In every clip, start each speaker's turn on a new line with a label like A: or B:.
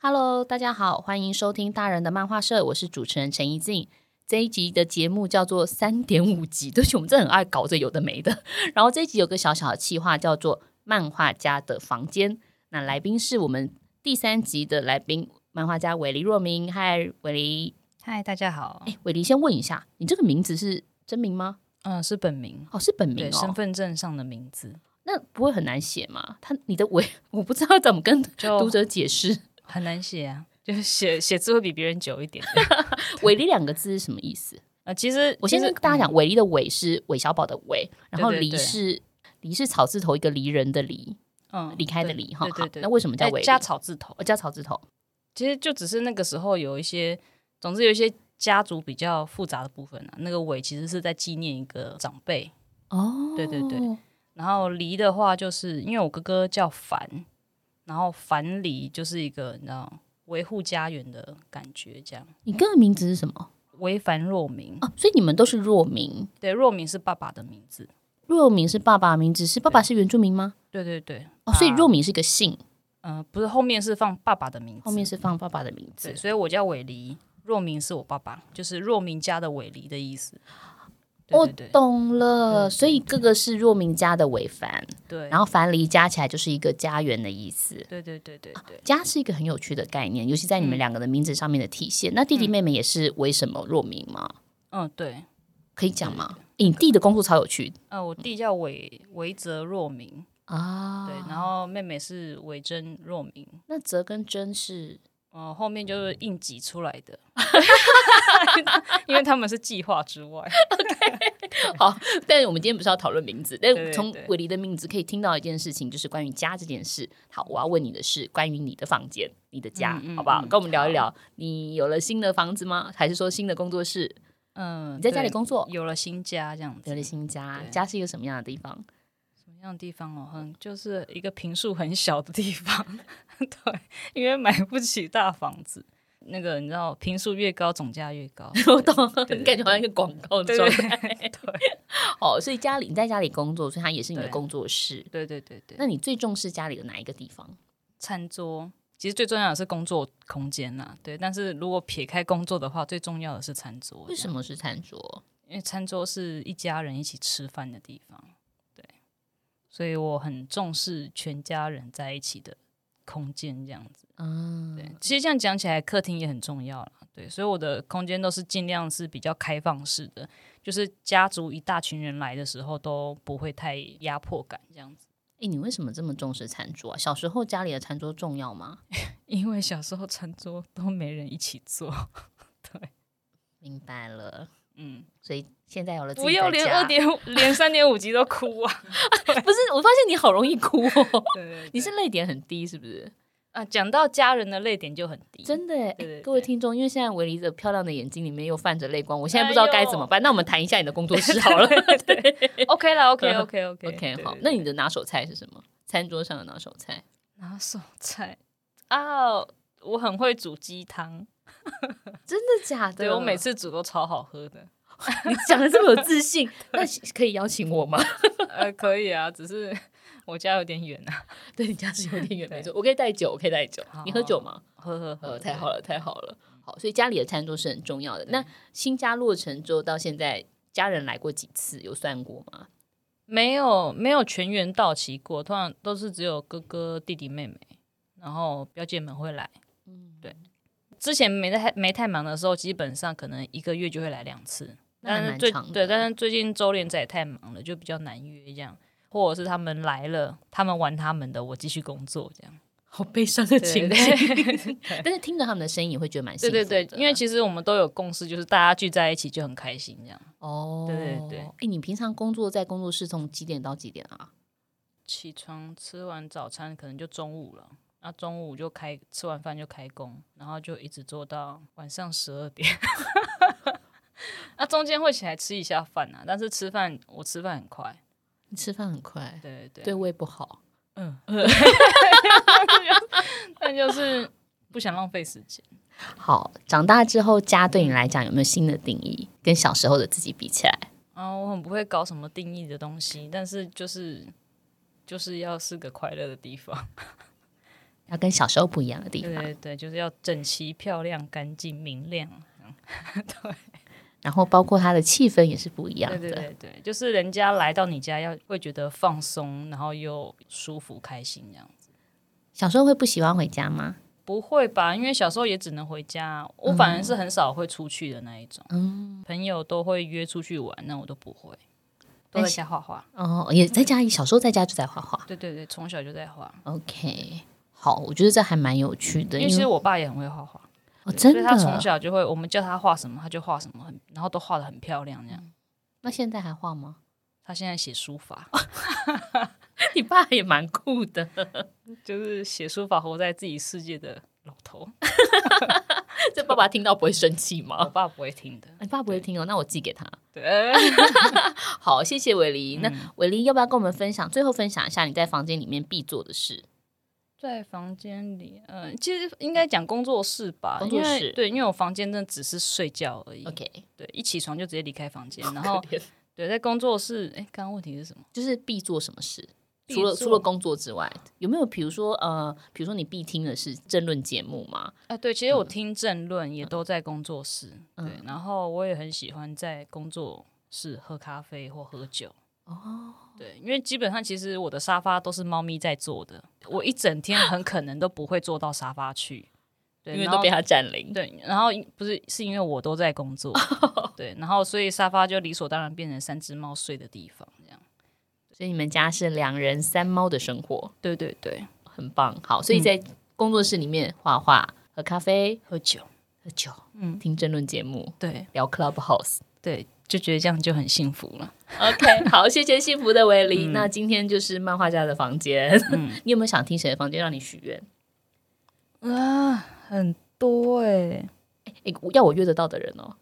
A: Hello，大家好，欢迎收听大人的漫画社，我是主持人陈怡静。这一集的节目叫做三点五集，对不起，我们真的很爱搞这有的没的。然后这一集有个小小的企划，叫做“漫画家的房间”。那来宾是我们第三集的来宾，漫画家韦黎若明。嗨，韦黎，
B: 嗨，大家好。
A: 哎，韦黎，先问一下，你这个名字是真名吗？
B: 嗯、是本名，
A: 哦，是本名
B: 对，
A: 哦
B: 身。份证上的名字，
A: 那不会很难写吗？他你的韦， 我不知道怎么跟
B: 就
A: 读者解释“
B: 很难写啊，就是写写字会比别人久一点。
A: 韦黎”两个字是什么意思。
B: 呃，其实
A: 我先
B: 其
A: 跟
B: 实
A: 大家讲，韦黎的韦是韦小宝的韦，然后
B: 嗯对对
A: 黎
B: 对
A: 是黎是草字头一个离人的离，
B: 嗯
A: 离开的离哈。
B: 对
A: 好
B: 对对，
A: 那为什么叫
B: 哎
A: 韦黎？
B: 加草字头？
A: 哦加草字头，
B: 其实就只是那个时候有一些，总之有一些家族比较复杂的部分啊。那个尾其实是在纪念一个长辈，
A: 哦
B: 对对对，然后离的话，就是因为我哥哥叫樊，然后樊离就是一个你知道维护家园的感觉，这样。
A: 你哥的名字是什么？
B: 为樊若明，
A: 哦，所以你们都是若明，
B: 对，若明是爸爸的名字。
A: 若明是爸爸的名字，是爸爸是原住民吗？
B: 对对对，
A: 哦，所以
B: 啊
A: 若明是个姓，
B: 呃，不是后面是放爸爸的名字，
A: 后面是放爸爸的名字
B: 对，。所以我叫伟黎，若明是我爸爸，就是若明家的伟黎的意思。对
A: 我
B: 对对，
A: 哦懂了，
B: 对对
A: 所以哥哥是若明家的韦凡，
B: 对，
A: 然后樊篱加起来就是一个家园的意思。
B: 对对对对对，
A: 家是一个很有趣的概念，尤其在
B: 嗯
A: 你们两个的名字上面的体现。那弟弟妹妹也是为什么若明吗？
B: 嗯对，
A: 可以讲吗？
B: 嗯
A: 诶你弟的工作超有趣
B: 呃，我弟叫韦韦泽若明，
A: 啊
B: 对，然后妹妹是韦珍若明，
A: 那泽跟真是
B: 呃，后面就是硬挤出来的， 因为他们是计划之外，
A: 好， 但是我们今天不是要讨论名字，但
B: 对对
A: 从
B: 对
A: 伟黎的名字可以听到一件事情，就是关于家这件事。好，我要问你的是关于你的房间、你的家，
B: 嗯嗯
A: 好不好？
B: 嗯
A: 跟我们聊一聊，你有了新的房子吗？还是说新的工作室？
B: 嗯，
A: 你在家里
B: 对
A: 工作，
B: 有了新家这样子
A: 有，了新家，
B: 对
A: 家是一个什么样的地方？
B: 什么样的地方哦？很就是一个平数很小的地方， 对，因为买不起大房子。那个你知道，平数越高，总价越 高。
A: 我懂，
B: 对
A: 你感觉好像一个广告的
B: 对
A: 状
B: 对
A: 态。
B: 对
A: 哦，所以家里你在家里工作，所以它也是你的
B: 对
A: 工作室。
B: 对对对对，
A: 那你最重视家里的哪一个地方？
B: 餐桌其实最重要的是工作空间呐、对。但是如果撇开工作的话，最重要的是餐桌。
A: 为什？么是餐桌？
B: 因为餐桌是一家人一起吃饭的地方，对。所以我很重视全家人在一起的空间，这样子。
A: 啊，
B: 对，其实这样讲起来，客厅也很重要了。对，所以我的空间都是尽量是比较开放式的，就是家族一大群人来的时候都不会太压迫感这样子。
A: 哎，你为什么这么重视餐桌啊？小时候家里的餐桌重要吗？
B: 因为小时候餐桌都没人一起坐，对，
A: 明白了，
B: 嗯，
A: 所以现在有了自己
B: 不
A: 的
B: 要连
A: 家
B: 二点连三点五级都哭啊！
A: 不是，我发现你好容易哭哦，
B: 对对对
A: 你是泪点很低是不是？
B: 啊，讲到家人的泪点就很低，
A: 真的
B: 对
A: 哎
B: 对，
A: 各位
B: 对
A: 听众，因为现在维尼的漂亮的眼睛里面又泛着泪光，我现在不
B: 哎
A: 知道该怎么办。那我们谈一下你的工作 室好了。
B: OK 啦 OK OK OK
A: OK，好，那你的拿手菜是什么？餐桌上的拿手菜？
B: 拿手菜啊，我很会煮鸡汤，
A: 真的假的？
B: 对哦我每次煮都超好喝的。
A: 你讲的这么有自 信，那可以邀请我吗？
B: 呃，可以啊，只是 我家有点远啊。
A: 对你家是有点远，
B: 对
A: 没错。我可以带酒，我可以带酒
B: 好。
A: 你喝酒吗？
B: 呵呵
A: 呃，太好了，太好了。好，所以家里的餐桌是很重要的。那新家落成之后到现在，家人来过几次？有算过吗？
B: 没有没有全员到齐过，通常都是只有哥哥、弟弟、妹妹，然后表姐们会来。
A: 嗯
B: 嗯，对。之前没太没太忙的时候，基本上可能一个月就会来两次，
A: 那还
B: 但是
A: 蛮
B: 最
A: 长的
B: 对，但是最近周连仔也太忙了，就比较难约这样，或者是他们来了，他们玩他们的，我继续工作这样。
A: 好悲伤的
B: 对
A: 情绪， 但是听着他们的声音，也会觉得蛮幸
B: 对
A: 福的。
B: 对对，因为其实我们都有共识，就是大家聚在一起就很开心这样。
A: 哦，
B: 对对对
A: 哎，你平常工作在工作室从几点到几点啊？
B: 起床吃完早餐，可能就中午了。然后中午就开吃完饭就开工，然后就一直做到晚上十二点。 那中间会起来吃一下饭啊，但是吃饭我吃饭很快，
C: 你吃饭很快，
B: 对对
C: 对，胃不好。
B: 嗯，但就是不想浪费时间。
A: 好，长大之后家对你来讲有没有新的定义？跟小时候的自己比起来，
B: 然后我很不会搞什么定义的东西，但是就是就是要是个快乐的地方。
A: 要跟小时候不一样的地
B: 对
A: 方。
B: 对对，就是要整齐、漂亮、干净、明亮。
A: 然后包括它的气氛也是不一样的。
B: 对对对对，就是人家来到你家要会觉得放松，然后又舒服、开心这样。
A: 小时候会不喜欢回家吗？
B: 不会吧？因为小时候也只能回家，我反而是很少会出去的那一种。朋友都会约出去玩，那我都不会，都在家画画。
A: 哦，也在家里，小时候在家就在画画。
B: 对对对，从小就在画，
A: OK，好，我觉得这还蛮有趣的，
B: 因
A: 因
B: 为其
A: 为
B: 实我爸也很会画画，
A: 哦，
B: 所
A: 真
B: 以他从
A: 的。
B: 小就会，我们叫他画什么，他就画什么，很然后都画的很漂亮这样。
A: 那现在还画吗？
B: 他现在写书法，
A: 你爸也蛮酷的，
B: 就是写书法活在自己世界的老头，
A: 这爸爸听到不会生气
B: 我
A: 吗？
B: 爸不会听的。
A: 你爸不会听哦，那我寄给他。
B: 对，
A: 好，谢谢伟黎。那伟黎要不要跟我们分享？最后分享一下你在房间里面必做的事？
B: 在房间里，嗯、其实应该讲工作室吧，
A: 工作室
B: 因为对，因为我房间真的只是睡觉而已。
A: OK，
B: 对，一起床就直接离开房间，然
A: 哦
B: 后对，在工作室，哎，刚刚问题是什么？
A: 就是必做什么事？
B: 必
A: 除了
B: 做
A: 除了工作之外，有没有比如说呃，比如说你必听的是争论节目吗？
B: 啊，对，其实我
A: 嗯
B: 听政论也都在工作室，对，然后我也很喜欢在工作室喝咖啡或喝酒。哦，对，因为基本上其实我的沙发都是猫咪在坐的，我一整天很可能都不会坐到沙发去，对，
A: 因为
B: 然
A: 都
B: 后
A: 被他占领。
B: 对，然后因不是是因为我都在工 作，对，然后所以沙发就理所当然变成三只猫睡的地方，这样。
A: 所以你们家是两人三猫的生活，
B: 对对对，
A: 很棒。好，所以
B: 嗯
A: 在工作室里面画画、喝咖啡、
B: 喝酒，
A: 喝酒，
B: 嗯
A: 听争论节目，
B: 对
A: 聊 Clubhouse。
B: 对，就觉得这样就很幸福了。
A: OK，好， 谢谢幸福的 维
B: 嗯
A: 黎。那今天就是漫画家的房间， 你有没有想听谁的房间让你许愿？
B: 啊，很多哎、
A: 诶，我要我约得到的人哦，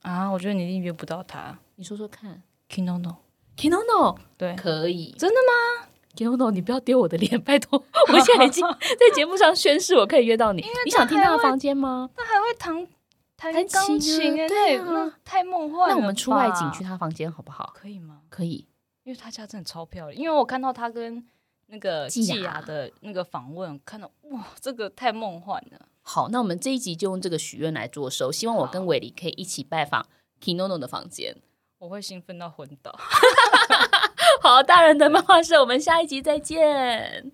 B: 啊，我觉得你一定约不到他。
A: 你说说看。
B: Kino no，
A: Kinono
B: 对，
A: 可以，
B: 真
A: 的吗？Kinono，你不要丢我的脸， 拜托！我现在已经在节目上宣誓，我可以约到你。你想听他的房间吗？
B: 他还会弹弹
A: 弹
B: 钢
A: 琴啊
B: 琴哎、
A: 对
B: 那
A: 啊
B: 也那太梦幻了。
A: 那我们出外景去，他房间好不好？
B: 可以吗？
A: 可以。
B: 因为他家真的超漂亮，因为我看到他跟那个
A: 季
B: 季
A: 雅
B: 雅的那个访问，看到哇，这个太梦幻了。
A: 好，那我们这一集就用这个许愿来做收。希望我跟
B: 好
A: 伟黎可以一起拜访 Kinono 的房 间。
B: 我会兴奋到昏倒。
A: 好，大人的漫画社，我们下一集再见。